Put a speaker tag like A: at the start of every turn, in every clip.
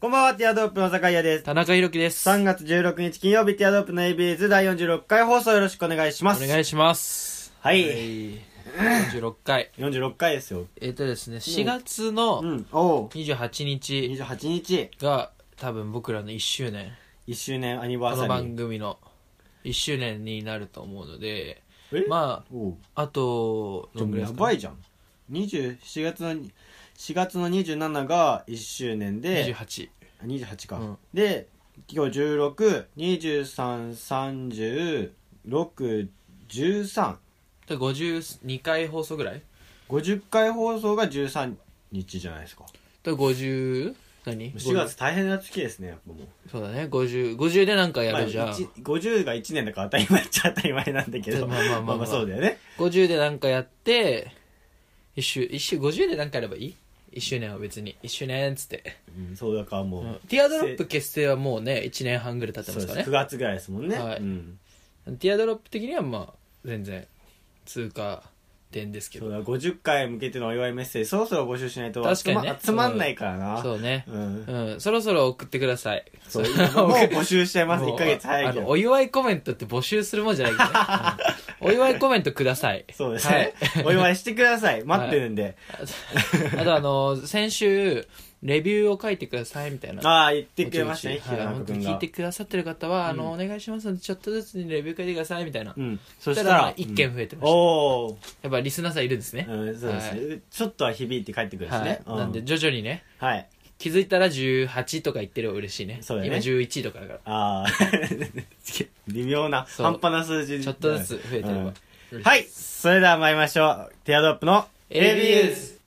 A: こんばんは、ティアドロップの坂井谷です。
B: 田中裕樹です。
A: 3月16日金曜日、ティアドロップの ABS 第46回放送よろしくお願いします。
B: お願いします。
A: はい
B: 46回。
A: 46回ですよ。
B: えっ、とですね、4月の
A: うん。おう。
B: 28日
A: 28日、
B: が多分僕らの1周年。
A: 1周年アニ
B: こ
A: バー
B: の
A: サリ
B: 番
A: ー。
B: 組の1周年になると思うので、
A: え
B: ま
A: おう。
B: あ、あと、
A: で
B: どん
A: も
B: ぐらい
A: や
B: ですか
A: ばいじゃん。27月の、4月の27が1周年で、
B: 28。
A: あ28か。
B: うん
A: で、今日16、23、30、6、
B: で52回放送ぐらい
A: 13?50 回放送が13日じゃないですか。
B: と 50? 何
A: 4月大変な月ですね、やっぱもう。
B: そうだね50 50でなんかや
A: まあ、
B: るじゃん、
A: 一50が1年だから当たり前っちゃ当たり前なんだけど、
B: まあまあまあまあ
A: そうだよね。
B: 50でなんかやって一周一周50でなんかやればいい1周年は別に1周年っつって、
A: うんそうだからもう、
B: うんティアドロップ結成はもうね1年半ぐらい経って
A: そう
B: ま
A: ですす
B: か
A: 9
B: らね
A: 月ぐらいですもんね。
B: はい
A: うん、
B: ティアドロップ的にはまあ全然通過点ですけ
A: そ
B: ど
A: うだ50回向けてのお祝いメッセージそろそろ募集しないと
B: 確かにね
A: 集ま集まんないからな。
B: そうね
A: うん
B: うんそろそろ送ってください
A: そう
B: れ
A: 今 もう募集しちゃいます
B: もう
A: 1ヶ月早いけ
B: あの
A: ど
B: お祝いコメントって募集するもんじゃないけどね、 うんお祝いコメントください
A: そうですね、お祝いしてください待ってるんで、
B: あとあの先週レビューを書いてくださいみたいな
A: ああ言ってくれましたね
B: は
A: 平
B: い本
A: 中
B: 当
A: 君
B: に
A: が、
B: 聞いてくださってる方は、あのお願いしますのでちょっとずつにレビュー書いてくださいみたいな、
A: うん、そした
B: たらま
A: ら
B: あ一件増えてました
A: おお、
B: やっぱリスナーさんいるんですね、
A: うん、そうですね、ちょっとは響いて帰ってくるんです
B: はい、
A: ね、う
B: なんで徐々にね
A: はい
B: 気づいたら18とか言ってるよ嬉しいね
A: そうだね
B: 今11とかだから
A: ああ 微妙な
B: そう
A: 半端な数字
B: ちょっとずつ増えてれば、
A: うんはいそれでは参りましょうティアドロップの
B: a b u s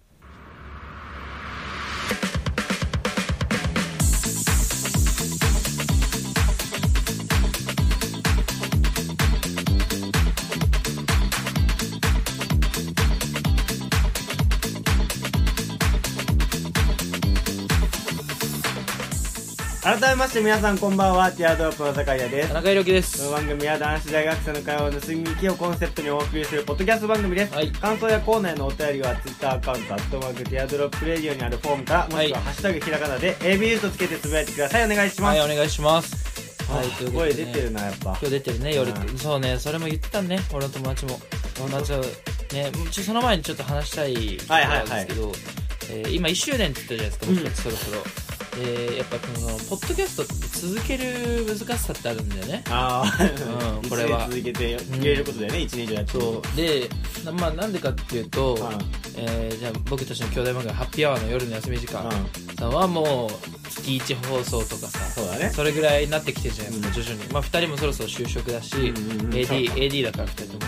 A: 改めまして皆さんこんばんはティアドロップの坂井で
B: 田
A: す
B: 中裕樹で
A: こ
B: す
A: の番組は男子大学生の会話を盗み聞きをコンセプトにお送りするポッドキャスト番組です、
B: はい
A: 感想やコーナーへのお便りは Twitter アカウント「アットマークティアドロップレディオ」にあるフォームからもしくは「
B: はい
A: ハッシュタグひらがな」で ABU とつけてつぶやいてくださいお願いしま
B: は
A: す、
B: いお願いしますはいということ
A: 声
B: で、
A: 出
B: ね、
A: てるなやっぱ
B: 今日出てるね夜って、
A: う
B: そうねそれも言ってたね俺の友達も友達はねもうちょその前にちょっと話したいこと
A: はいはい
B: な
A: は
B: ん
A: い
B: ですけど、えー今1周年って言ったじゃないですか
A: うん
B: 僕たちそろそろ、でやっぱこのポッドキャストって続ける難しさってあるんだよね
A: ああ、
B: うんこれ は
A: 1年続けて言えることだよね、一1年以上やって
B: そうでなまあなんでかっていうと、えーじゃあ僕たちの兄弟漫画「ハッピーアワー」の夜の休み時間
A: う
B: さんはもう月1放送とかさ
A: そうだね
B: それぐらいになってきてるじゃないですか、
A: うん
B: 徐々にまあ2人もそろそろ就職だし、
A: うんうんうん
B: AD,
A: そう
B: AD だから2人とも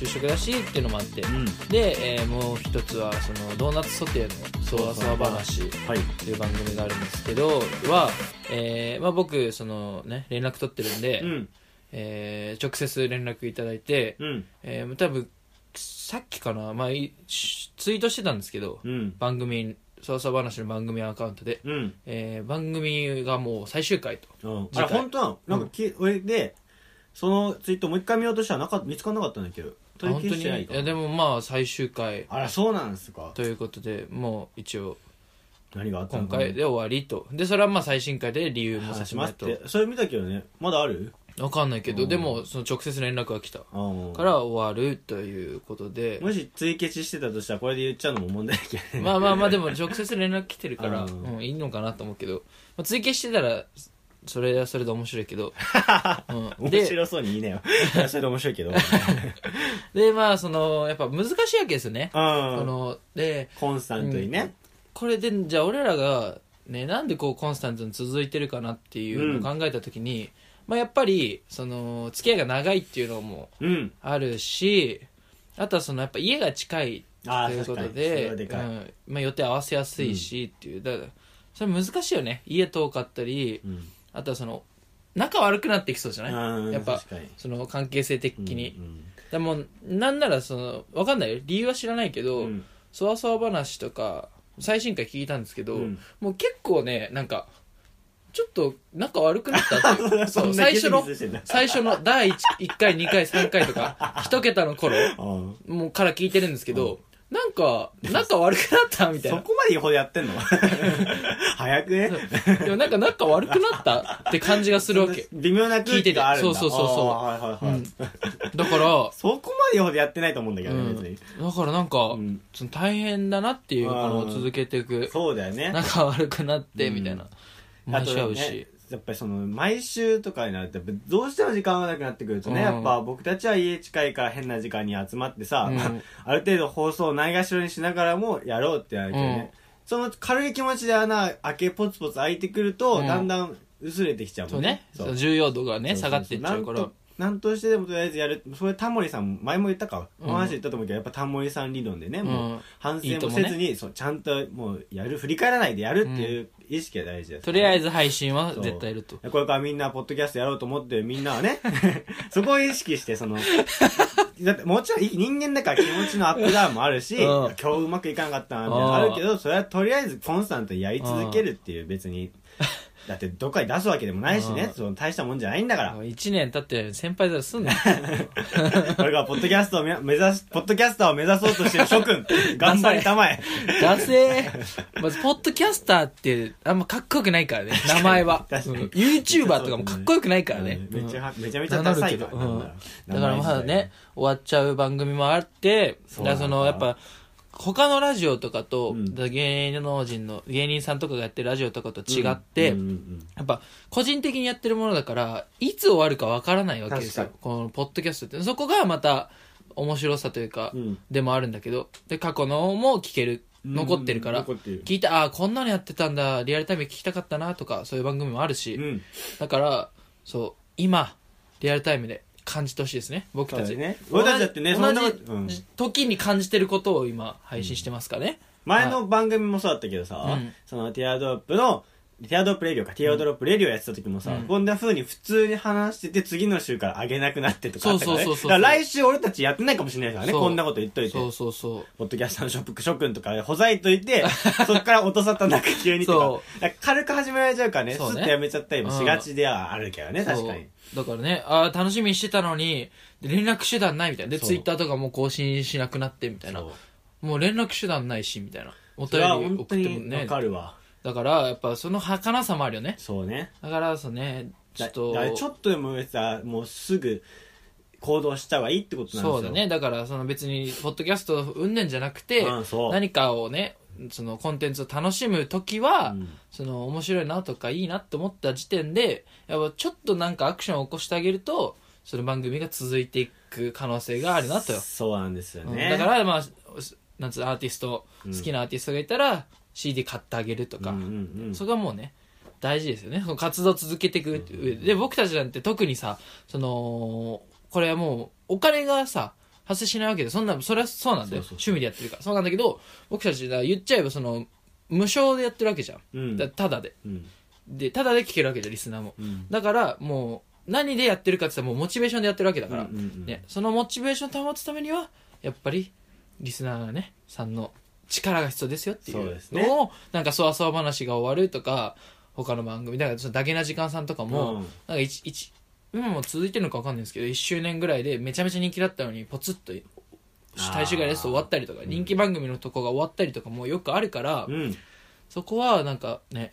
B: 就職だしっていうのもあって、
A: ん、うん、
B: で、えーもう一つはそのドーナツソテーのそわそわ話っ
A: はい
B: ていう番組があるんですけどは、えーまあ、僕そのね連絡取ってるんで、
A: うん
B: えー直接連絡いただいて、
A: うん
B: えー多分さっきかな、まあ、いしツイートしてたんですけど、
A: うん
B: 番組そわそわ話の番組アカウントで、
A: うん
B: えー番組がもう最終回と
A: うんあ
B: 次
A: れ
B: 回
A: 本当なのなんかき、俺でそのツイートもう一回見ようとしたらなかっ見つからなかったんだけど取り消してない
B: い
A: か
B: やでもまあ最終回
A: あらそうなんですか
B: ということでもう一応
A: 何があったの
B: 今回で終わりとでそれはまあ最新回で理由も
A: 話
B: 説
A: しま
B: 明
A: すっ
B: と
A: てそれ見たけどねまだある
B: わかんないけ
A: う
B: ど
A: ん
B: でもその直接連絡が来た
A: あー
B: から終わるということで
A: もし追消ししてたとしたらこれで言っちゃうのも問題だけどね
B: まあまあまあでも直接連絡来てるから、
A: う
B: うんん、いいのかなと思うけど、まあ、追記してたらそれはそれで面白いけど、うん、
A: 面
B: で
A: 白そうに言いな よいやそれで面白いけどうん
B: でまあそのやっぱ難しいわけですよね、こので
A: コンスタントにね
B: これでじゃあ俺らが、ね、なんでこうコンスタントに続いてるかなっていうのを考えた時に、まあ、やっぱりその付き合いが長いっていうのも
A: うん
B: あるしあとはそのやっぱ家が近い
A: あ
B: とい
A: あ
B: うこ
A: 確かにそ
B: と
A: れ
B: で
A: はでか
B: う
A: い
B: んまあ、予定合わせやすいしっていう、だからそれ難しいよね家遠かったり
A: うん
B: あとはその仲悪くなってきそうじゃない、
A: うん
B: やっぱ
A: 確かに
B: その関係性的に、
A: うん
B: でもなんならその分かんないよ理由は知らないけ
A: う
B: ど、
A: ん
B: そわそわ話とか最新回聞いたんですけど、
A: うん
B: もう結構ねなんかちょっと仲悪くなったってい う
A: そん
B: そう
A: な
B: 最
A: ギスギ
B: 初の
A: スしてんだ
B: 最初の 第 1, 回2回3回とか一桁の頃
A: うん
B: もうから聞いてるんですけど、なんか仲悪くなったみたい
A: そ
B: な
A: こまでよほどやってんの 早くね
B: でもなんか仲悪くなったって感じがするわけ、
A: 微妙な空気があるんだ
B: 聞いててそうそうそうそう
A: あーはいは
B: う
A: いはい、
B: ん、だから
A: そこまでよほどやってないと思うんだけどね、別に
B: だからなんか、
A: うん
B: その大変だなっていうこ
A: う
B: の
A: ん
B: 続けていく
A: そうだよね
B: 仲悪くなって
A: うん
B: みたいな、
A: あ
B: 毎
A: と
B: 週会う
A: ね
B: し、
A: やっぱりその毎週とかになるとやっぱどうしても時間がなくなってくるとね、
B: うん
A: やっぱ僕たちは家近いから変な時間に集まってさ、
B: うん
A: ある程度放送をないがしろにしながらもやろうってなるけどね、その軽い気持ちで穴開けポツポツ開いてくると、
B: うん
A: だんだん薄れてきちゃう
B: そ
A: も
B: うんね
A: ね
B: その重要度がね
A: そう
B: 下がっていっちゃうか
A: なん
B: ら
A: となんとしてでもとりあえずやるそれタモリさん前も言ったか、
B: うん
A: この話言ったと思うけどやっぱタモリさん理論でね、もう
B: うん
A: 反
B: いい
A: 省
B: と
A: も
B: も
A: せ
B: ね
A: ずにそうちゃんともうやる振り返らないでやるっていう意識が大事です、
B: とりあえ
A: ず
B: ず配信は絶対いると
A: これからみんなポッドキャストやろうと思ってるみんなはね そこを意識してその だってもちろん人間だから気持ちのアップダウンもあるし、
B: うん
A: 今日うまくいかなかったなみたいなのあるけどそれはとりあえずコンスタントにやり続けるっていう別にだってどっかに出すわけでもないし
B: う
A: ね
B: ん
A: その大したもんじゃないんだから
B: 1年経って先輩だらすんの
A: これからポッドキャストをめ目指す、ポッドキャスターを目指そうとしてる諸君、 頑張りたまえ。
B: ダセーまずポッドキャスターってあんまかっこよくないからね名前は、うん、
A: 確かに
B: YouTuber とかもかっこよくないからね、
A: めち
B: うん
A: ゃは、めちゃめちゃダサいから
B: 名乗る
A: な
B: だ
A: ん
B: からまだね。終わっちゃう番組もあって
A: そ
B: だ
A: うな
B: か
A: んだ
B: らそのやっぱ他のラジオとかと、
A: うん
B: だから芸能人の芸人さんとかがやってるラジオとかと
A: 名前自体
B: 違って、
A: うんうんうん
B: やっぱ個人的にやってるものだからいつ終わるかわからないわけですよ
A: 確か
B: このポッドキャストってそこがまた面白さというか、
A: うん
B: でもあるんだけどで過去のも聞ける残ってるから、
A: 残ってる
B: 聞いてああこんなのやってたんだリアルタイムで聞きたかったなとかそういう番組もあるし、
A: うん。
B: だからそう今リアルタイムで感じてほしいですね僕
A: そう
B: た
A: だ
B: ち、
A: ね。俺たちだってね、そ
B: 同
A: ん
B: じ
A: なことう
B: 同
A: ん
B: じ時に感じてることを今配信してますからね、
A: 前の番組もそうだったけどさ
B: うん、
A: そのティアドロップの、ティアドロップレディオか、ティアドロップレディオやってた時もさ
B: う、ん
A: こんな風に普通に話してて、次の週から上げなくなってとかあったからね。
B: そうそうそうそう
A: だから来週俺たちやってないかもしれないからね、
B: そう
A: こんなこと言っといて
B: そ。うそうそう
A: ポッドキャストのショップ諸君とかほざいといて、 そっから音沙汰なく急にと
B: そ
A: か。だから軽く始められちゃうからね、ス
B: そうね
A: ッとやめちゃったりもしがちではあるけどね、確かに。
B: そうだからねあー楽しみにしてたのにで連絡手段ないみたいなで
A: そう
B: ツイッターとかもう更新しなくなってみたいな
A: そう
B: もう連絡手段ないしみたいなお
A: そ
B: 便
A: れ
B: り
A: は本
B: 送っ
A: 当
B: ても
A: にわ
B: ね
A: かるわ。
B: だからやっぱその儚さもあるよね
A: そうね。
B: だからそうねちょ
A: だ
B: っと
A: だからちょっとでもさ、もうすぐ行動した方がいいってことなんですよ
B: そうだねだからその別にポッドキャストうんねんじゃなくて、
A: うんそう
B: 何かをねそのコンテンツを楽しむ時は、
A: うん
B: その面白いなとかいいなって思った時点でやっぱちょっとなんかアクションを起こしてあげるとその番組が続いていく可能性があるなとよ、
A: そうなんですよ
B: うん
A: ね。
B: だからまあなんつうのアーティスト好きなアーティストがいたら CD 買ってあげるとか、
A: うんうんうん
B: それがもうね大事ですよねその活動を続けていく上で,、で僕たちなんて特にさそのこれはもうお金がさ発生しないわけでそんなそれはそうなんだよ
A: そうそう
B: 趣味でやってるからそうなんだけど僕たちだ言っちゃえばその無償でやってるわけじゃん、
A: うん
B: だただで
A: うん
B: でただで聞けるわけじゃんリスナーも、
A: うん
B: だからもう何でやってるかって言ったらもうモチベーションでやってるわけだから、
A: うんうんうん
B: ね、そのモチベーションを保つためにはやっぱりリスナーがねさんの力が必要ですよってい
A: そう
B: う
A: ですね
B: のをなんかそわそわ話が終わるとか他の番組だからそのダゲな時間さんとかも、
A: うん
B: なんか一一今も続いてるのか分かんないんですけど1周年ぐらいでめちゃめちゃ人気だったのにポツッと大衆街レスト終わったりとか
A: あー
B: 人気番組のとこが終わったりとかもよくあるから、
A: うん。
B: そこはなんかね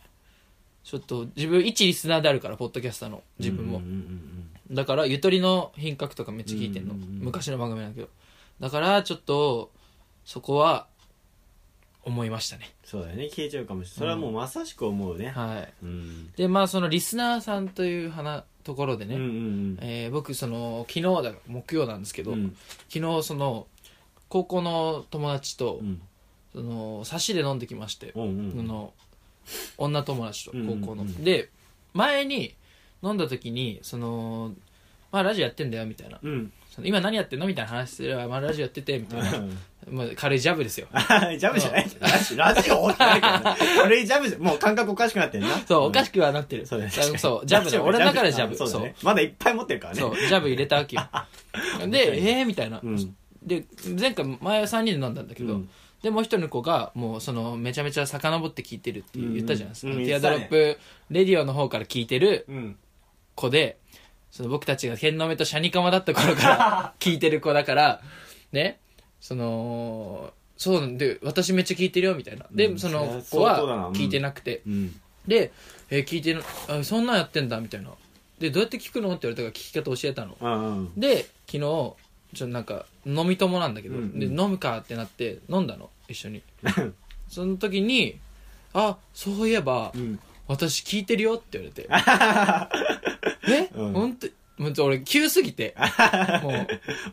B: ちょっと自分一リスナーであるからポッドキャスターの自分も、
A: うんうんうんうん
B: だからゆとりの品格とかめっちゃ聞いてんの、
A: うんうんうん
B: 昔の番組なんだけどだからちょっとそこは思いましたね
A: そうだよね、消えちゃうかもしれない。それはもうまさしく思うね。
B: は
A: う
B: い
A: ん。
B: でまあそのリスナーさんという話ところでね、
A: うんうん
B: えー僕その昨日だ木曜なんですけ
A: う
B: ど、
A: ん。うん
B: 昨日その高校の友達と、
A: うん
B: その差しで飲んできまして、
A: うんうん
B: その女友達と
A: うんうんうん
B: 高校の、で前に飲んだ時にそのまあラジオやってんだよみたいな
A: うん。
B: その今何やってんのみたいな話すれば、まあ、ラジオやっててみたいな、まあ、軽いジャブですよ
A: あジャブじゃないラジラジオってないからね。俺ジャブじゃ、もう感覚おかしくなってんな。
B: そうおかし
A: く。
B: くはなってる、
A: そうだね
B: だからそうジャブだ俺の中でジャブ
A: そ
B: そう
A: だ
B: うそう,、
A: ね。まだいっぱい持ってるからね。
B: ジャブ入れたわ けよでえー、みたいな、
A: うん。
B: で前回前は3人で飲んだんだけど、
A: うん
B: でもう一人の子がもうそのめちゃめちゃ遡って聞いてるって言ったじゃないですか、
A: うんうん
B: ティアドロップレディオの方から聞いてる
A: うん。
B: 子でその僕たちが剣の目 とシャニカマだった頃から聞いてる子だからねそのそうなんで私めっちゃ聞いてるよみたいなで、
A: うん
B: そ
A: そり
B: の
A: ゃ
B: 子
A: 相当だなう
B: は
A: ん
B: 聞いてなくて、
A: うん
B: で、えー聞いてるあそんなんやってんだみたいなでどうやって聞くのって言われたから聞き方教えたの
A: うんうん
B: で昨日ちょっとなんか飲み友なんだけど、
A: うんうん
B: で飲むかってなって飲んだの一緒にその時にあそういえば
A: うん
B: 私聞いてるよって言われて
A: あははは
B: え、
A: うん
B: 本当もう俺急す ぎてもう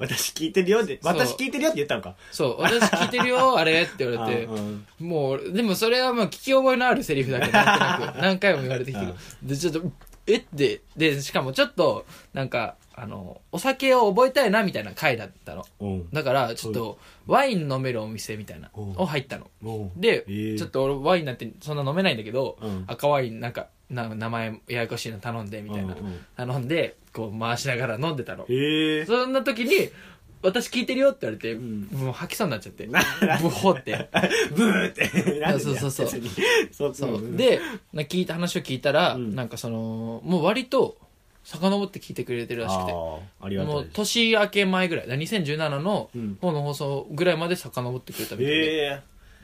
A: 私聞いてるよって
B: そう
A: 私聞いてるよって言ったのか
B: そう私聞いてるよあれって言われて
A: うんうん
B: もうでもそれはまあ聞き覚えのあるセリフだけどなんとなく何回も言われてきてるでちょっとえってでしかもちょっとなんかあのお酒を覚えたいなみたいな回だったの
A: うん
B: だからちょっとワイン飲めるお店みたいな
A: うん
B: を入ったの
A: うん
B: で、
A: えー
B: ちょっと俺ワインなんてそんな飲めないんだけど、
A: うん
B: 赤ワインなんかな名前ややこしいの頼んでみたいな、
A: うんうん
B: 頼んでこう回しながら飲んでたの
A: へえ
B: そんな時に「私聞いてるよ」って言われて、
A: ん
B: もう吐きそうになっちゃって
A: な
B: ブホって
A: ブーってなんでだよ
B: そうそうそう
A: 別にそう
B: そ
A: そうう
B: でな聞いた話を聞いたら、
A: うん
B: なんかそのもう割と遡って聞いてくれてるらしくて
A: あーありがたい
B: も
A: うです
B: 年明け前ぐらいだから2017の
A: うん
B: 方の放送ぐらいまで遡ってくれたみたいで、
A: へえ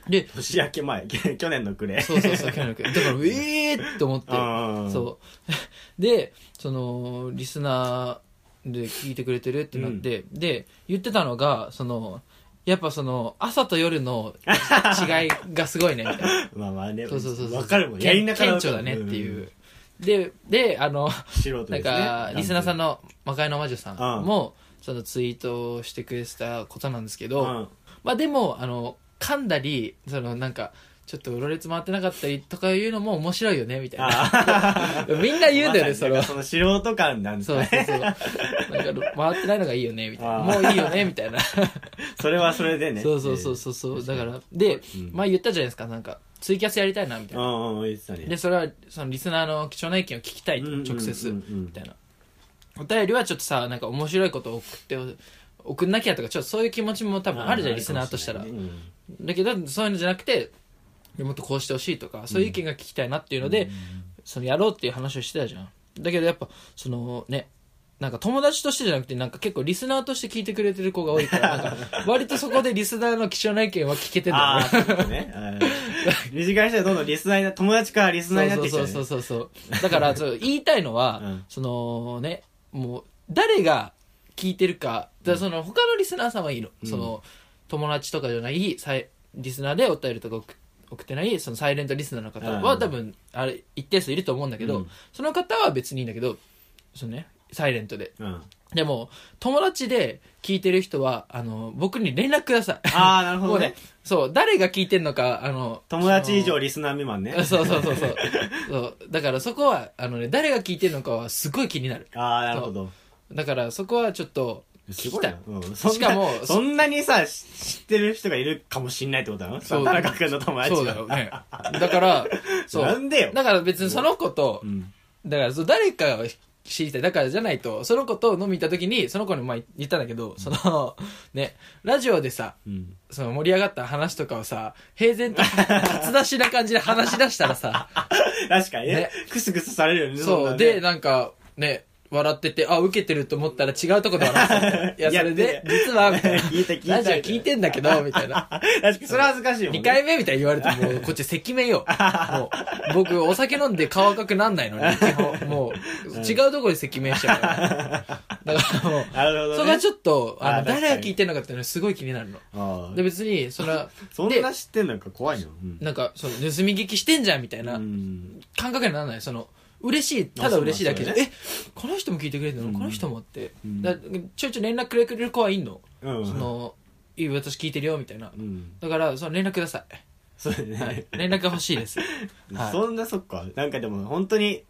B: で
A: 年明け前 去年の暮れ
B: そうそうそう去年のだからええー、って思って
A: あー
B: そう でそのリスナーで聞いてくれてるってなって、で言ってたのがそのやっぱその朝と夜の違いがす ごいねみたいな
A: まあまあね
B: そうそうそうそう
A: わかるもん
B: け
A: やりながら
B: 顕著だねって
A: ん
B: い
A: ん
B: う、でであの
A: 素人です
B: な
A: ね
B: んかリスナーさんの魔界の魔女さんもそのツイートをしてくれてたことなんですけど、
A: うん
B: まあでもあの噛んだりそのなんかちょっとろれつ回ってなかったりとかいうのも面白いよねみたいな
A: あー
B: みんな言うんだよね
A: まさ
B: そ
A: に
B: れは
A: その素人感なんです
B: そう
A: ね
B: そうそう。なんか回ってないのがいいよね、みたいな。
A: あ
B: も
A: ー
B: ういいよね、みたいな。
A: それはそれでね
B: そうそうそうそうそう。だから、で、
A: うん
B: 前言ったじゃないですか、なんか、ツイキャスやりたいな、みたいな。
A: うんうん言ってたね
B: で、それは、そのリスナーの貴重な意見を聞きたいと、
A: うんうんうんうん
B: 直接、みたいな。お便りはちょっとさ、なんか面白いことを送って、送んなきゃとか、ちょっとそういう気持ちも多分あるじゃん、リスナーとしたら
A: う。ん
B: だけど、そういうのじゃなくて、もっとこうしてほしいとか、そういう意見が聞きたいなっていうので、そのやろうっていう話をしてたじゃんだけどやっぱそのねなんか友達としてじゃなくてなんか結構リスナーとして聞いてくれてる子が多いからなんか割とそこでリスナーの貴重な意見は聞けてんだよ
A: ああ
B: ね
A: そういうことねうん 短い人はどんどんリスナーにな友達からリスナーになっ
B: そ
A: て
B: う
A: きち
B: そ
A: ゃ
B: う
A: う
B: そう
A: ね
B: そうそうだからそう言いたいのは、
A: うん
B: そのねもう誰が聞いてるかだからその他のリスナーさんはいいの,、
A: うん
B: その友達とかじゃないサイリスナーでお便りとか送送ってないそのサイレントリスナーの方
A: う
B: は
A: ん
B: 多分あれ一定数いると思うんだけど、
A: うん
B: その方は別にいいんだけどそのねサイレントで
A: うん
B: でも友達で聞いてる人はあの僕に連絡ください
A: ああなるほ
B: も
A: ど
B: うね
A: ね
B: そう誰が聞いてんのかあの
A: 友達以上リスナー未満ね
B: あそうそうそうそうそうだからそこはあの、ね、誰が聞いてるのかはすごい気になる
A: ああなるほど
B: だからそこはちょっと
A: す
B: 聞
A: ごい
B: きた
A: ないうんそんな
B: しか も
A: そんなにさし知ってる人がいるかもしんないってことなの
B: そう
A: 田中君の友達が
B: そうだよねだからそう
A: なんでよ
B: だから別にその子と
A: うん
B: だからそう誰かを知りたいだからじゃないとその子と飲みに行った時にその子にまあ言ったんだけどそのねラジオでさ
A: うん
B: その盛り上がった話とかをさ平然と初出しな感じで話し出したらさ
A: 確かにね
B: ね
A: クスクスされ るよねんな
B: そ
A: ね
B: うでなんかね笑っててあ受けてると思ったら違うとこで笑っ てたみたいないい
A: や
B: やそれで
A: いや
B: 実はみたい な
A: 聞いた聞いた
B: ラジオ聞いてんだけどみた いな
A: 確かにそれは恥ずかしいもんね
B: 2回目みたいに言われてもうこっち赤 面よもう僕お酒飲んで顔赤くなんないの に基本もう違うとこで赤面しちゃうからだからもう
A: なるほどね
B: それはちょっとあ
A: あ
B: の
A: 確かに
B: 誰が聞いてんのかっていうのがすごい気になるの
A: あー
B: で別にそれは
A: そん
B: で
A: な知ってんのか怖いのうん
B: なんかその盗み聞きしてんじゃんみたいな
A: うん
B: 感覚にならないその嬉しいただ嬉しいだけじゃん、えこの人も聞いてくれてるの、
A: うん
B: この人もって、
A: うん
B: だちょいちょい連絡くれる子はいんの,、
A: うん
B: そのいい私聞いてるよみたいな
A: うん
B: だからその連絡ください、
A: そうだね、
B: はい、連絡が欲しいです、はい
A: そんなそっかなんかでも本当に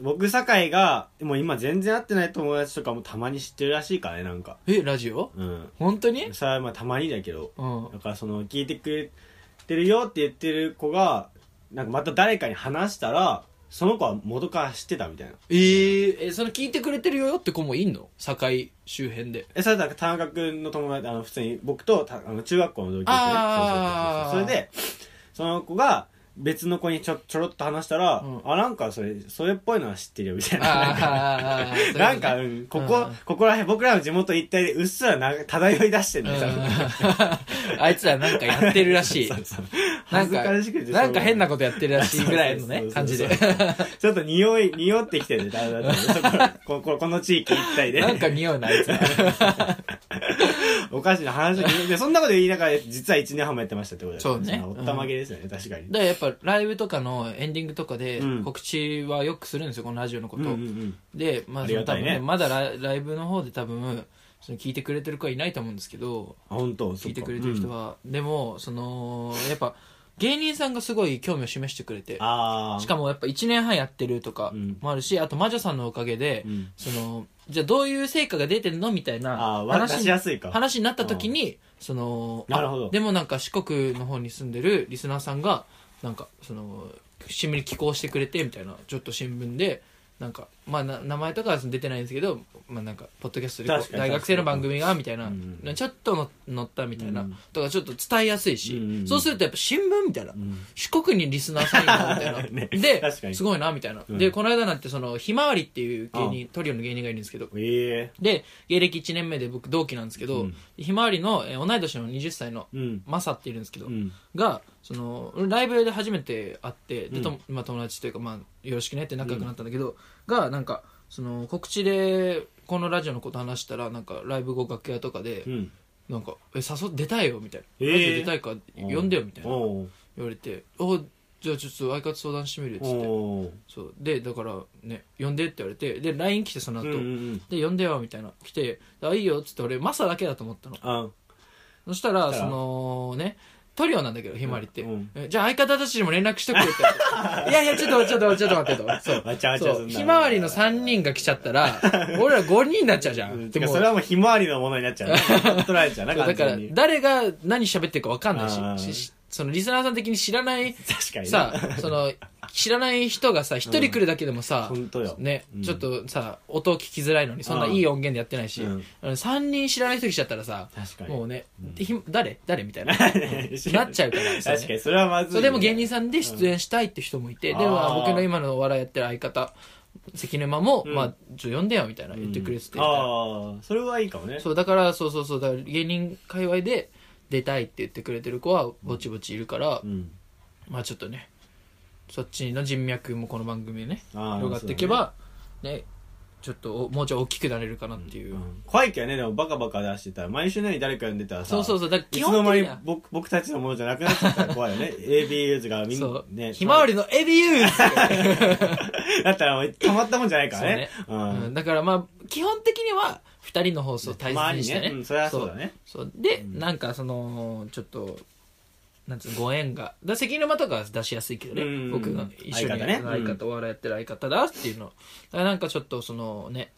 A: 僕酒井がもう今全然会ってない友達とかもたまに知ってるらしいからねなんか
B: えラジオ
A: うん
B: 本 当に
A: さあまあたまにだけど
B: うん
A: だからその聞いてくれてるよって言ってる子がなんかまた誰かに話したらその子は元から知ってたみたいな
B: えー、えその聞いてくれてるよって子もいんの堺周 辺で
A: えそれだから田中君の友達あの普通に僕とたあの中学校の同級生ね
B: あー
A: そうそうそうそうそれでその子が別の子にちょちょろっと話したら、
B: うん
A: あなんかそれそれっぽいのは知ってるよみたいな
B: あーあーあーあーそういうことね
A: なんか、うんここ、
B: うん
A: ここら辺僕らの地元一帯でうっすらな漂い出してる
B: うん
A: ね、多分
B: あいつらなんか やってるらしい
A: そうそう
B: なん
A: 恥ず
B: か
A: かしくてしょうが
B: なんか変なことやってるらしいぐらいの
A: そ
B: ね
A: うそ
B: 感
A: うそう
B: じ
A: そう
B: で
A: ちょっと匂い匂ってきてるねだんだんだんだんそここ ここの地域一帯で
B: なんか匂うなあい つら
A: おかしな話を聞いてでそんなこと言いながら実は1年半もやってましたってことだ
B: そうね
A: おったまげですよね、確かに
B: だからやっぱライブとかのエンディングとかで
A: うん
B: 告知はよくするんですよこのラジオのこと、
A: うんうん
B: で、まあ、
A: あ
B: そ
A: り
B: の
A: がた
B: 多分
A: い
B: ね
A: ね
B: まだラライブの方で多分その聞いてくれてる子はいないと思うんですけど
A: あ本当
B: 聞いてくれてる人、は、でもそのやっぱ芸人さんがすごい興味を示してくれて
A: そっかうんああ
B: しかもやっぱ1年半やってるとか
A: うん
B: もあるし、あと魔女さんのおかげで、
A: うん
B: そのじゃあどういう成果が出てんのみたいな
A: ああ渡
B: 話
A: し
B: に
A: やすいか
B: 話になった時にそのあ
A: なるほど
B: でもなんか四国の方に住んでるリスナーさんがなんかその新聞に寄稿してくれてみたいなちょっと新聞でなんかまあな名前とかは出てないんですけど、まあ、なんかポッドキャストでこ
A: 確
B: う
A: かに
B: 大学生の番組がみたいな、
A: うんうん
B: ちょっとの載ったみたいな、
A: うん
B: とかちょっと伝えやすいし、
A: うんうん
B: そうするとやっぱ新聞みたいな、
A: うん
B: 四国にリスナーさんいるなみたいな、
A: ね確か
B: で
A: に
B: すごいなみたいな、
A: うん
B: でこの間なんてそのひまわりっていう芸人トリオの芸人がいるんですけど
A: ええ
B: で芸歴1年目で僕同期なんですけど、
A: うん
B: ひまわりのえー同い年の20歳の
A: うん
B: マサっているんですけど、
A: うん
B: がそのライブで初めて会ってで、と
A: うん
B: まあ、友達というか、まあ、よろしくねって仲良くなったんだけど、がなんかその告知でこのラジオのこと話したらなんかライブ後楽屋とかで、
A: うん
B: なんかえ誘っ出たいよみたいな、
A: えー
B: ラジオ出たいから呼んでよみたいな
A: おう
B: 言われて「おじゃあちょっと相方相談してみる」っつって
A: おう
B: そうでだからね呼んでって言われてで LINE 来てその
A: うん
B: 後、
A: うんうん
B: で呼んでよみたいな来て「あいいよ」っつって俺マサだけだと思ったの
A: あ
B: そしたら
A: そした
B: そ
A: ら
B: のねトリオなんだけどひまわりって、
A: うん
B: えじゃあ相方たちにも連絡しとくれって言われ ていやいやちょっとちょっとちょっと待ってとそう
A: わちゃわちゃ
B: そ
A: す
B: うん
A: な
B: ひまわりの3人が来ちゃっ たら俺ら5人になっちゃうじゃ
A: うん
B: ん
A: てか
B: も
A: それはもうひまわりのものになっ ちゃうね取られちゃうな
B: そう
A: 完
B: だから
A: 全に
B: 誰が何喋ってるか分かんな
A: あ
B: い
A: ー
B: ししそのリスナーさん的に知らない
A: 確かにね
B: さその知らない人がさ一人来るだけでもさ、
A: 本当よ
B: ね、
A: うん
B: ちょっとさ音聞きづらいのにそんないい音源でやってないし、
A: うん
B: 3人知らない人来ちゃったらさ
A: 確かに
B: もうね、ひ誰誰みたいなな
A: な
B: っちゃうからそうね
A: 確かにそれはまずいね
B: それでも芸人さんで出演したいって人もいて、
A: うん
B: で
A: あ
B: は
A: ー
B: 僕の今のお笑いやってる相方関根間も、
A: うん
B: まあちょっと呼んでよみたいな言ってくれてて、
A: うんああそれはいいかもね
B: そうだからそうそうそうだから芸人界隈で出たいって言ってくれてる子はぼちぼちいるから、
A: うん
B: まあちょっとねそっちの人脈もこの番組でね
A: あー
B: 広がっていけばねちょっとおもうちょい大きくなれるかなっていう、
A: うん怖いけどねでもバカバカ出してたら毎週のように誰か呼んでたらさ
B: そうそうそうだから
A: い
B: 基
A: つの
B: 本
A: 間
B: 的
A: に
B: には
A: 僕僕たちのものじゃなくなっちゃったら怖いよ ね ABUs がみん
B: そう、
A: ね
B: ひまわりのエビユース
A: だったらもうたまったもんじゃないからね
B: そううん、だからまあ基本的には2人の放送を大切にしてね
A: 周りにねうんそれはそうだね
B: そうそうで、なんかそのちょっとなんつうのご縁がだ関沼とかは出しやすいけどね、
A: うん
B: 僕が一緒にやってる
A: 相方
B: 相
A: ね
B: 方お笑いやってる相方だっていうのだからなんかちょっとそのね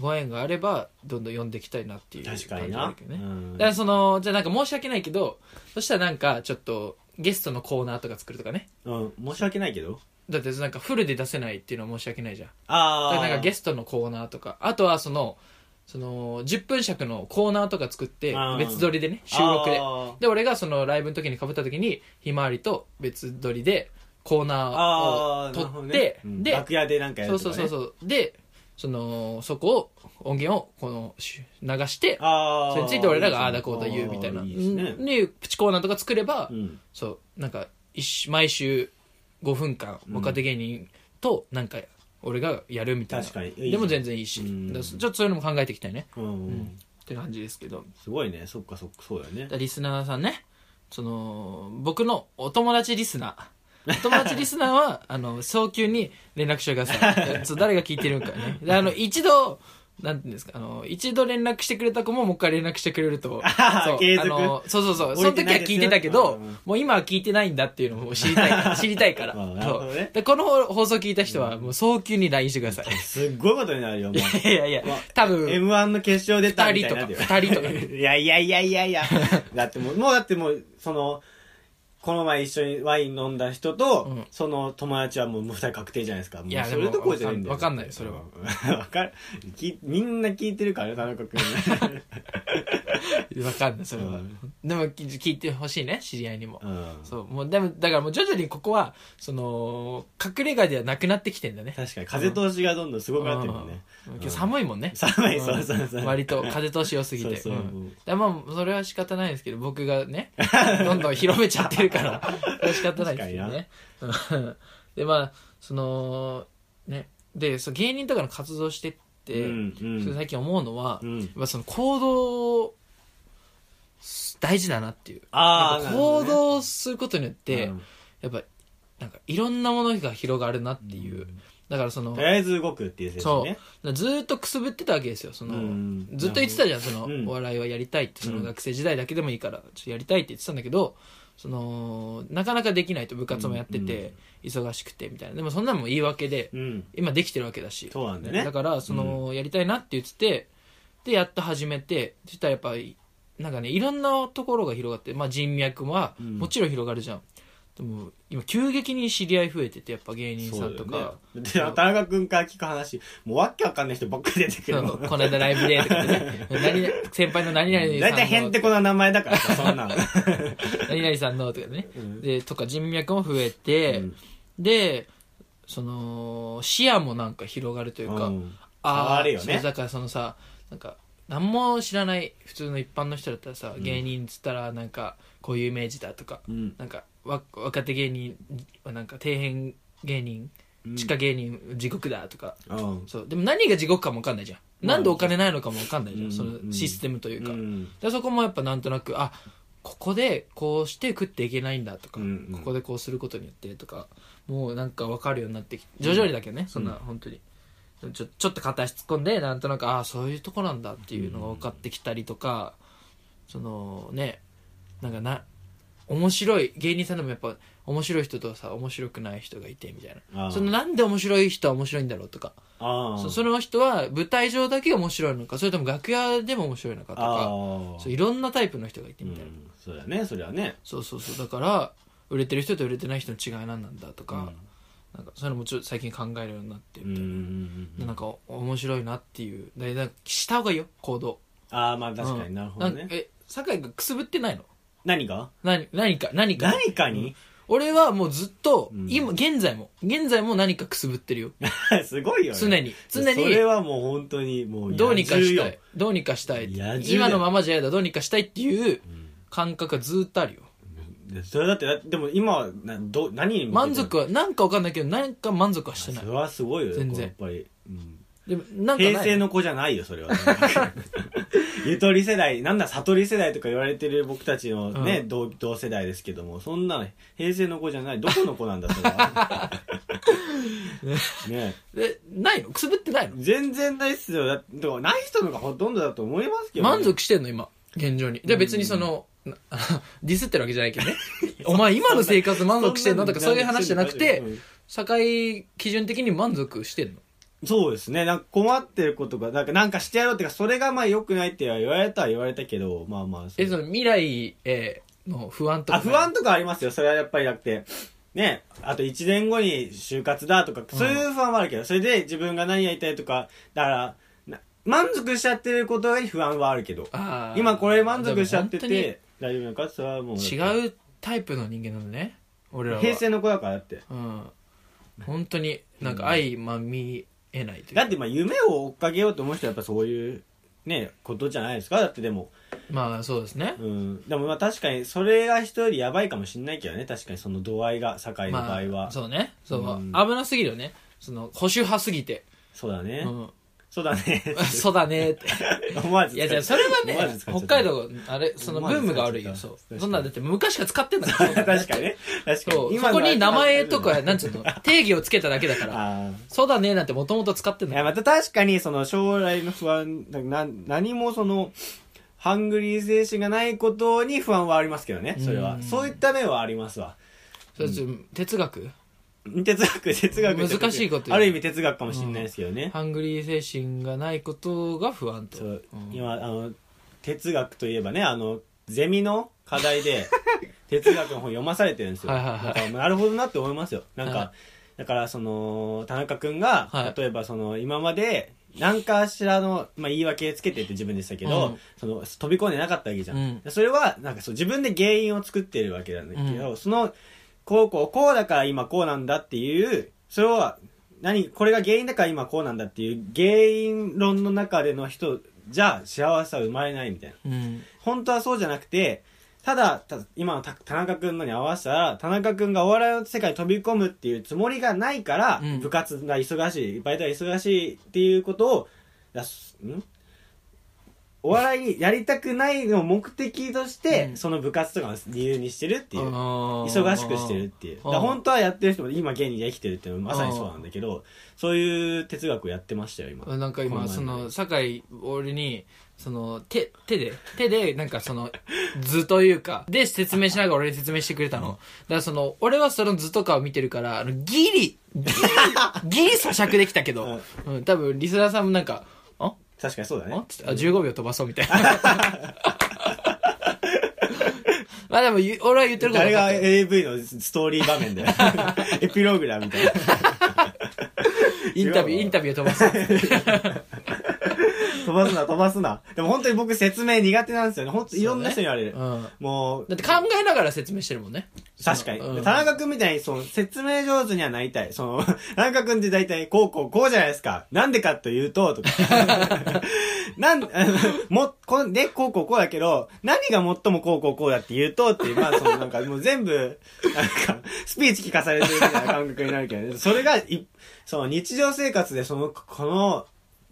B: ご縁があればどんどん呼んでいきたいなっていう感じ
A: 確かに
B: だ
A: な
B: けどね、
A: うん
B: だからそのじゃあなんか申し訳ないけどそしたらなんかちょっとゲストのコーナーとか作るとかね
A: うん申し訳ないけど
B: だってなんかフルで出せないっていうのは申し訳ないじゃんだ
A: あ
B: から
A: あ
B: なんかゲストのコーナーとかあとはそのその10分尺のコーナーとか作って
A: あー
B: 別撮りでね収録で
A: あー
B: で俺がそのライブの時にかぶった時にひまわりと別撮りでコーナー
A: あ
B: を
A: ー
B: 撮
A: なるほど
B: っ
A: ね
B: て、
A: うん
B: で、
A: 楽屋でなんかや
B: そう
A: る
B: そ
A: と
B: う
A: か
B: そう
A: ね
B: そうでそのそこを音源をこのし流して
A: ああ
B: それについて俺らがああだこうだ言うみたいな
A: あーいいですね
B: ねプチコーナーとか作れば、
A: うん
B: そうなんか一週毎週5分間
A: うん
B: 若手芸人となんか俺がやるみたいな
A: 確かにいいね
B: でも全然いいし、
A: うん
B: だからちょっとそういうのも考えていきたいね
A: うん
B: んって感じですけど
A: すごいねそっかそっかそうだよね
B: だからリスナーさんねその僕のお友達リスナーお友達リスナーは あの早急に連絡してくださいそう誰が聞いてるんかねであの一度なんていうんですかあの一度連絡してくれた子ももう一回連絡してくれる とそう
A: 継続
B: あのそうそうそうその
A: 降りて
B: 時
A: な
B: はい
A: です
B: 聞い
A: よ
B: てたけど、
A: うん
B: もう今は聞いてないんだっていうのを知りた いから知りたいから、
A: うんなる
B: そ
A: ほ
B: う
A: どね
B: でこの放送聞いた人はもう早急に LINE してください
A: すっごいことになるよもう
B: いやいや
A: まあ
B: 多分
A: m 1の決勝出たみ
B: 2
A: た
B: 人
A: い
B: と
A: に
B: か
A: なるよ
B: 2人と か
A: いやいやいやいやいや。だっても う、もうだってもう、その、この前一緒にワイン飲んだ人と、
B: うん
A: その友達はもう二人確定じゃないですか。もう
B: いやで
A: そ
B: も
A: れどころじゃないんだよ。
B: わかんわ かんないよそれは
A: う ん。わかる。きみんな聞いてるからね、田中君。
B: わかんないそれは、
A: うん
B: でもき聞いてほしいね知り合いにも、
A: うん
B: そうもうでもだからもう徐々にここはその隠れ家ではなくなってきてんだね
A: 確かに風通しがどんどんすごくなってるもんね
B: うん今日寒いもんね、
A: 寒い
B: うん
A: そうそうそう
B: 割と風通し良すぎて
A: そうそう
B: うん
A: もう
B: だからまあそれは仕方ないですけど僕が ねどんどん広めちゃってるからそれは仕方ないですけどねうんでまあそのねでその芸人とかの活動してって、
A: うんうん
B: それ最近思うのは、
A: うん
B: やっぱその行動大事だなっていう
A: あ
B: や
A: あ
B: っぱ行動することによって、
A: うん
B: やっぱなんかいろんなものが広がるなっていう、だからその
A: とりあえず動くっていう精神ね
B: そうずーっとくすぶってたわけですよその、
A: うん
B: ずっと言ってたじゃんその、
A: うん
B: お笑いはやりたいってその
A: うん
B: 学生時代だけでもいいからちょっとやりたいって言ってたんだけどそのなかなかできないと部活もやってて、忙しくてみたいなでもそんなのも言い訳で
A: うん
B: 今できてるわけだし
A: そうなんだね
B: からその、やりたいなって言っててでやっと始めてそしたらやっぱりなんかねいろんなところが広がって、まあ、人脈は
A: うん
B: もちろん広がるじゃん、でも今急激に知り合い増えててやっぱ芸人さん
A: そ
B: と
A: うだ
B: か
A: よ。ねで田中君から聞く話もうわけわかんない人ばっかり出てく
B: そ
A: る
B: う
A: もん
B: この間ライブでとかでね何先輩の何々
A: 大
B: さんの
A: 体へんてこな名前だからさ そんなの
B: 何々さんのとかでね、
A: うん
B: でとか人脈も増えて、
A: うん
B: でその視野もなんか広がるというか、
A: うん変
B: あ
A: わ
B: あ
A: るよね
B: そうだからそのさなんか何も知らない普通の一般の人だったらさ、芸人っつったらなんかこういうイメージだとか、
A: うん
B: なんかわ若手芸人はなんか底辺芸人
A: うん
B: 地下芸人地獄だとか、
A: うん
B: そうでも何が地獄かも分かんないじゃん、
A: まあ
B: なんでお金ないのかも分かんないじゃん、
A: うん
B: そのシステムというか、
A: うん
B: でそこもやっぱなんとなくあここでこうして食っていけないんだとか、
A: うんうん
B: ここでこうすることによってとかもうなんか分かるようになってきて徐々にだけどね、そんな本当にでもちょちょっと片足突っ込んでなんとなくああそういうとこなんだっていうのが分かってきたりとか、そのねなんかな面白い芸人さんでもやっぱ面白い人とさ面白くない人がいてみたい
A: あ
B: な
A: ー
B: そのなんで面白い人は面白いんだろうとか
A: あ
B: そ
A: あ
B: その人は舞台上だけが面白いのかそれとも楽屋でも面白いのかとか
A: ああ
B: そういろんなタイプの人がいて
A: う
B: みたいな、
A: んそうだねそれはね
B: そうそうそうだから売れてる人と売れてない人の違い何なんだとか,、なんかそういうのもちょっと最近考えるようになって
A: うんうんうんうん
B: なんかお面白いなっていうだなんかした方がいいよ行動
A: ああまあ確かになるほど
B: なん
A: ね
B: かえ酒井がくすぶってないの
A: 何が
B: 何何か何か
A: 何かに
B: 俺はもうずっと、
A: うん
B: 今現在も現在も何かくすぶってるよ
A: すごいよね
B: 常に常
A: それ
B: に
A: はもう本当にもう
B: どうにかした
A: 野獣
B: い
A: よ
B: どうにかしたい
A: 野獣だよ
B: 今のままじゃやだどうにかしたいっていう
A: うん
B: 感覚がずっとあるよ
A: でそれだってだってでも今はなど何に向けて
B: 満足はなんかわかんないけど何か満足はしてない
A: それはすごいよ
B: 全然
A: やっぱり、うん
B: でもなんかない
A: 平成の子じゃないよそれ はゆとり世代なんだ悟り世代とか言われてる僕たちのね、
B: うん
A: 同同世代ですけどもそんな平成の子じゃないどこの子なんだそれ はね
B: えないのくすぶってないの
A: 全然ないっすよだってでもない人のがほとんどだと思いますけどね、
B: 満足してんの今現状にじゃあ別にその、な ディスってるわけじゃな いけどねお前今の生活満足してんのとかそういう話じゃなくて
A: うん
B: 社会基準的に満足してんの
A: そうですねなんか困ってることがなんかなんかしてやろうっていうかそれがまあ良くないっては言われたは言われたけどまあまあそう
B: えその未来への不安とか
A: あ、不安とかありますよ。それはやっぱりだって、ね、あと1年後に就活だとか、そういう不安もあるけど、それで自分が何やりたいとか、だから、な満足しちゃってることに不安はあるけど、
B: あー
A: 今これ満足しちゃって
B: で
A: て、大丈夫なのかそれはもう。
B: も本当に違うタイプの人間なのね俺らは
A: 平成の子だからだって。
B: うん本当になんか相まみえないという
A: だ
B: か
A: ってまあ夢を追っかけようと思う人はやっぱそういう、ね、ことじゃないですかだってでも、
B: まあそうですね
A: うん。でもまあ確かに、それが人よりやばいかもしんないけどね。確かにその度合いが、堺の場合は。
B: まあ、そうねそう、
A: うん
B: 危なすぎるよねその保守派すぎて、
A: そうだね。
B: うん、
A: そうだね。
B: そうだねって
A: 思わず
B: いやじゃあそれは
A: 思わ
B: ね
A: ず使っちゃっ
B: 北
A: た
B: 海道あれそのブームがある
A: 思
B: よ
A: わず使っちゃった確か
B: そう
A: に
B: そんなんだって昔から使ってんだ か
A: 確
B: ら
A: かにね。確かに。
B: そう
A: 今
B: そ
A: の
B: こ
A: は
B: に名前とかなんつうの定義をつけただけ だから
A: あ
B: そうだねなんてもともと使ってん
A: あ。い
B: だ
A: や、また確かに、その将来の不安、な、何もその、ハングリー精神がないことに不安はありますけどね、それ
B: う
A: は。
B: ん
A: そういった面はありますわ。
B: それちょ哲学
A: 哲学、哲学って
B: 難しいこと言う
A: ある意味哲学かもしれないですけどね。
B: ハングリー精神がないことが不安と
A: そう
B: うん、
A: 今、あの、哲学といえばね、あの、ゼミの課題 で、哲学の本読まされてるんですよ。
B: はいはいは
A: だ
B: い
A: からなるほどなって思いますよ。なんか、
B: は
A: だからその、田中くんが
B: はい、
A: 例えばその、今まで、何かしらの、まあ、言い訳つけてって自分でしたけど、
B: うん
A: その飛び込んでなかったわけじゃん、それはなんかそう自分で原因を作ってるわけなんだけど、そのこうこうこうだから今こうなんだっていうそれは何これが原因だから今こうなんだっていう原因論の中での人じゃ幸せは生まれないみたいな
B: うん
A: 本当はそうじゃなくてただた今のた田中君のに合わせたら田中君がお笑いの世界に飛び込むっていうつもりがないから、
B: うん
A: 部活が忙しいバイトが忙しいっていうことをだすんお笑いやりたくないのを目的として、
B: うん
A: その部活とかの理由にしてるっていう忙
B: 忙
A: しくしてるっていうだ
B: あー
A: から本当はやってる人も今現に生きてるっていうのはまさにそうなんだけどそういう哲学をやってましたよ今
B: なんか
A: この
B: 今
A: 前
B: その酒井俺にその手手で手でなんかその図というか で説明しながら俺に説明してくれたのだからその俺はその図とかを見てるからあのギリギリギリ咀嚼できたけど、うん、多分リスナーさんもなんか「あ
A: 確かにそうだ
B: あ
A: ね
B: つってあ15秒飛ばそうみたいな まあでもゆ俺は言ってること
A: 誰
B: 分か
A: が
B: ったよ
A: AV のストーリー場面 でエピローグだみたいな
B: インタビューインタビュー飛ばそう
A: 飛ばすな飛ばすなでも本当に僕説明苦手なんですよね本当いろんな人に言われる、
B: うん、
A: もう
B: だって考えながら説明してるもんね
A: 確かに、
B: うん
A: 田中君みたいにその説明上手にはなりたいその 田中君って大体こうこうこうじゃないですかなんでかというととか なん あのもこんでこうこうこうだけど何が最もこうこうこうだって言うとっていうまあそのなんかもう全部なんかスピーチ聞かされてるみたいな感覚になるけど、ね、それがいその日常生活でそのこの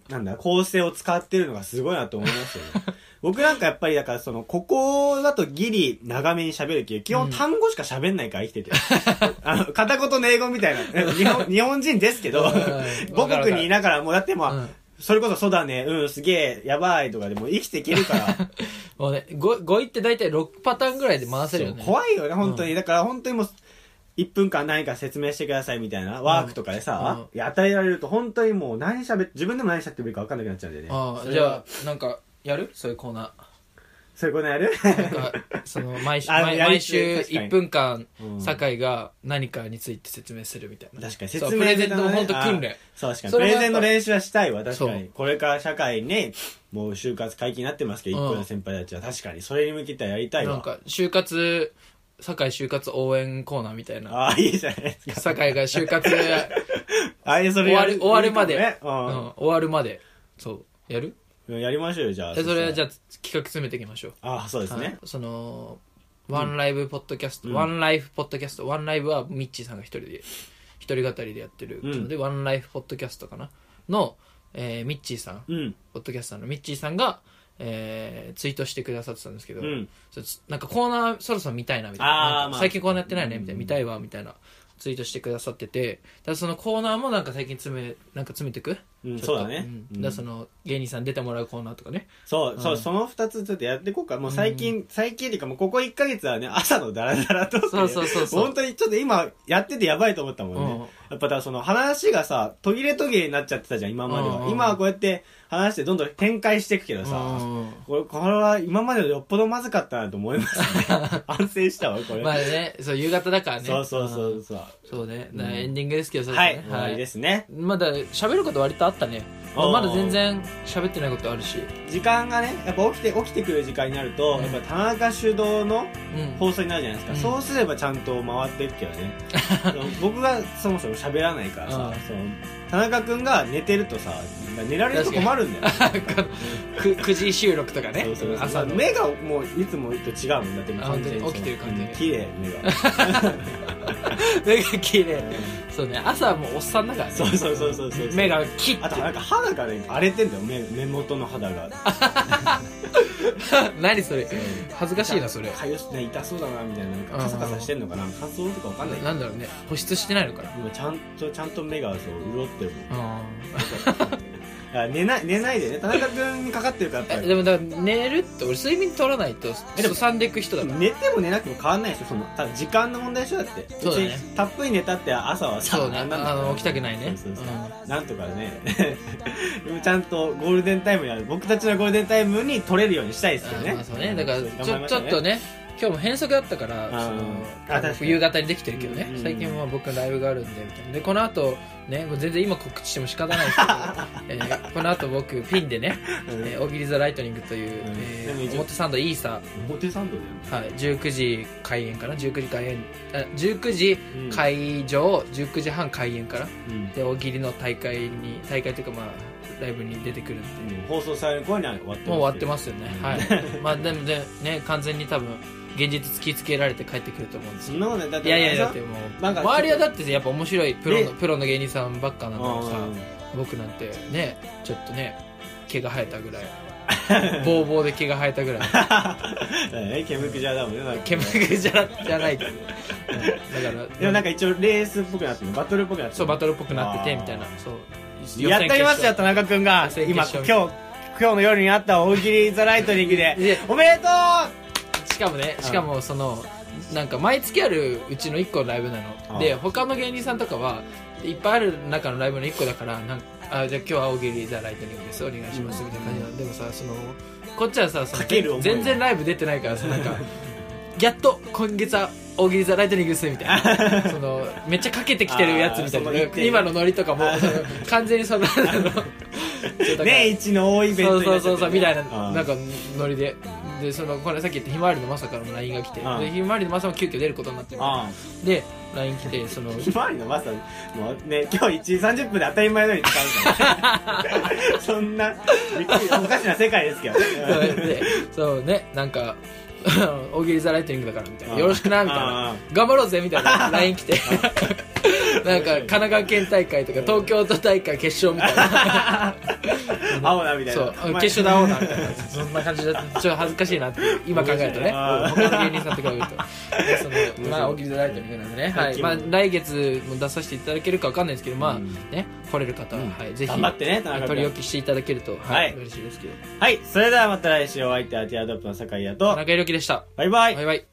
A: なんだ構成を使ってるのがすごいなと思いますよね 僕なんかやっぱりだからそのここだとギリ長めに喋るけど基
B: う
A: 本
B: ん
A: 単語しか喋んないから生き ててあの片言の英語みたいな日本日本人ですけど
B: うん
A: 母国にいながらもうだってまあ、
B: うん
A: それこそそうだねうんすげえやばいとかでも生きていけるから
B: もうね、語語彙って大体6パターンぐらいで回せるよね。
A: そう怖いよね本当に、だから本当にもう1分間何か説明してくださいみたいなワークとかでさ、いや与えられると本当にもう何しゃべって自分でも何しゃってもいいか分かんなくなっちゃうんだよね
B: あ
A: そ
B: あ
A: れ
B: じ
A: は
B: ゃあ、なんか、やるそういうコーナ
A: そういうことやる
B: ー。なんか、 その、毎週、
A: あ
B: 毎
A: やり
B: 毎
A: つつ
B: 週
A: 確かに
B: 1分間
A: う、ん
B: 酒井が何かについて説明するみたいな。
A: 確かに
B: そう
A: 説明下手だね
B: プレゼントの本当訓練。
A: そう確かに
B: そ
A: プレ
B: れはやっぱ
A: ゼンの練習はしたいわ確か
B: そ
A: にこれから社会ねもう就活解禁になってますけど、
B: うん
A: 一個の先輩たちは確かにそれに向けてはやりたい
B: なん
A: わ
B: か、就活、酒井就活応援コーナーみたいな。
A: ああいいじゃないですか
B: 酒井が就 活
A: あれそれ
B: 終わ
A: や
B: る終わるま
A: いい
B: で、
A: かもね
B: うん終わるまで。そう。やる
A: うん、やりましょうよじゃあ
B: でそれはじゃ
A: あ
B: あ企画詰めていきましょう。
A: ああそうですね、
B: はいそのワンライブポッドキャスト、
A: うん
B: ワンライフポッドキャストワンライブはミッチーさんが一人で一人語りでやってるので、ワンライフポッドキャストかなの、えーミッチーさん
A: うん
B: ポッドキャスターのミッチーさんが、えーツイートしてくださってたんですけど、
A: うん
B: それつなんかコーナーそろそろ見たいなみたい
A: あー
B: なな
A: ま
B: んか
A: あ
B: 最近コーナーやってないねみたいな、見たいわみたいなツイートしてくださっててだからそのコーナーもなんか最近詰めなんか詰めてく、
A: うん
B: ちょっと
A: そうだね
B: ん
A: うん
B: だからその芸人さん出てもらうコーナーとか ね
A: そうそう、
B: うん
A: その2つちょっとやっていこうかもう最近、最近っていうかもうここ1か月はね朝のダラダラとって
B: そうそうそうそう
A: 本当にちょっと今やっててやばいと思ったもんね、
B: うん
A: やっぱだからその話がさ途切れ途切れになっちゃってたじゃん今までは、
B: うんうん
A: 今はこうやって話してどんどん展開していくけどさ、
B: うん
A: これこれは今までよりよっぽどまずかったなと思いますね 反省したわこれ、
B: まあね、そう、夕方だからね。
A: そうそうそ
B: ん
A: う。そう
B: そうね。だからエンディングですけど、そう
A: は
B: で
A: い
B: すね
A: 終わりですね
B: まだ喋ること割とあったね。まあ
A: おー
B: まだ全然喋ってないことあるし。
A: 時間がねやっぱ起きて起きてくる時間になると、
B: うん
A: やっぱ田中主導の
B: うん。
A: 放送になるじゃないですか、
B: うん
A: そうすればちゃんと回っていくけど ねその僕がそもそも喋らないからさ、
B: うん
A: その田中君が寝てるとさ寝られると困るんだよ
B: く9時収録とかね
A: そうそう。そう
B: 朝の。
A: 目がもういつもと違うもんだってもう
B: あ本当
A: 完全
B: に
A: に
B: 起きてる感じ
A: うん綺麗目が
B: 目が綺麗。そうね。朝はもうおっさんだからね。
A: そうそうそうそうそう
B: 目がキ
A: あと
B: ッ
A: なんか肌がね荒れてんだよ目目元の肌が
B: て。 何それ。恥ずかしいな、それ。
A: かゆすね痛そうだなみたいななんか
B: うん
A: カサカサしてんのかな乾燥とかわかんないけど
B: なんだろうね。保湿してないのかな。
A: 今ちゃんとちゃんと目がそう潤ってるもん
B: うん
A: いや寝ない寝ないでね田中君にかかってるからやっぱ
B: え
A: り
B: でもだから寝るって俺睡眠取らないと
A: えでも
B: すさんでいく人だから
A: 寝ても寝なくても変わんないでしょそのただ時間の問題でしょだって
B: そうだね
A: 別にたっぷり寝たって朝はさ
B: そうね
A: なんなんだ
B: あの起きたくないね
A: そうそうそうなんとかね でもちゃんとゴールデンタイムや僕たちのゴールデンタイムに取れるようにしたいですよ
B: あ
A: ね
B: ーまあそうねだから
A: うん
B: ち
A: 頑張り
B: ょ
A: ま
B: ち
A: し
B: ょ
A: ょう
B: っ
A: ね
B: とね今日も変則だったから
A: あー
B: そ
A: あ確か
B: の
A: に
B: 夕方にできてるけどね、
A: うんうんうん
B: 最近は僕のライブがあるんでみたいなでこの後ね、これ全然今告知しても仕方な いですけど、えーこの後僕ピンでね「
A: うん
B: えー、大喜利ザライトニング」という、
A: うん
B: えー
A: でも一応
B: 表参道イーサ
A: 表参道だよ
B: ー、はい、19時開演かな19時開演あ19時
A: うん
B: 会場、19時半開演から
A: うん
B: で大喜利の大会に大会というかまあライブに出てくるんで
A: うん放送される頃には終わってます
B: もう終わってますすよね、
A: うん
B: はいまあでもねね完全に多分現実突きつけられて帰ってくると思うんです
A: そ
B: よ
A: んなことないだってい
B: いやいやだってもう
A: なんか
B: 周りはだってやっぱ面白いプロの
A: ね
B: プロの芸人さんばっかなのさ
A: うん
B: 僕なんてねちょっとね毛が生えたぐら いボーボーで毛が生えたぐらい
A: え煙くじゃだもんねなんか
B: 毛むくじゃらじゃないけど、うんだから
A: でもなんか一応レースっぽくなってるバトルっぽくなってる
B: そうバトルっぽくなっててみたいなそう
A: やってりますよ
B: た
A: 田中君が
B: 予選
A: 今
B: 決
A: 今
B: 勝
A: 日今日の夜にあった大喜利ザライトニング
B: いや
A: でおめでと
B: しかもねしかもそのなんか毎月あるうちの1個のライブな
A: う
B: の
A: ん
B: で他の芸人さんとかはいっぱいある中のライブの1個だからなんかあじゃあ今日は青桐ザライトニングですお願いしますみたいな感じなのでもさそのこっちはさその
A: かける思い
B: 全然ライブ出てないからさなんか やっと今月は大喜利ザライトニングですみたい なそのめっちゃかけてきてるやつみた
A: あーその一
B: いな
A: 点
B: 今のノリとかもその完全にそのあ のそうだか
A: う
B: ら
A: 年一の大イベント
B: そう
A: になっ
B: そう
A: ち
B: そ
A: ゃ
B: う
A: っ
B: そう
A: て
B: み
A: ね
B: たいな
A: うん
B: なんかノリででそのこれさっき言ったひまわりのまさからも LINE が来て
A: うん
B: でひまわりのまさも急遽出ることになってる
A: あ
B: で LINE 来てその
A: ひまわりのマスターもうね今日1時30分で当たり前のように使うから ねそんなびっくりおかしな世界ですけど
B: でそうねなんか 「大喜利ザライトニングだから」みたいな「よろしくな」みたい
A: あ
B: な
A: あ
B: 「頑張ろうぜ」みたい な LINE 来てなんか神奈川県大会とか東京都大会決勝みたいな
A: 青だみたい
B: そ
A: な
B: う
A: お前
B: 決勝だお うなみたいな そんな感じだったちょっと恥ずかしいなって今考えるとね
A: あ
B: 他の芸人さんとか見るとでそのまあ大喜利ザライトみたいなんでね、
A: うん
B: はいまあ、来月も出させていただけるかわかんないですけどまあ
A: うん
B: ね来れる方は、はい、ぜひ
A: 頑張ってね田中君
B: 取り置きしていただけると、は
A: はいい
B: 嬉しいですけど
A: はいそれではまた来週お相手はティアドロップの酒井屋
B: 田
A: と
B: 中裕樹でした
A: バイバイ
B: バイバイ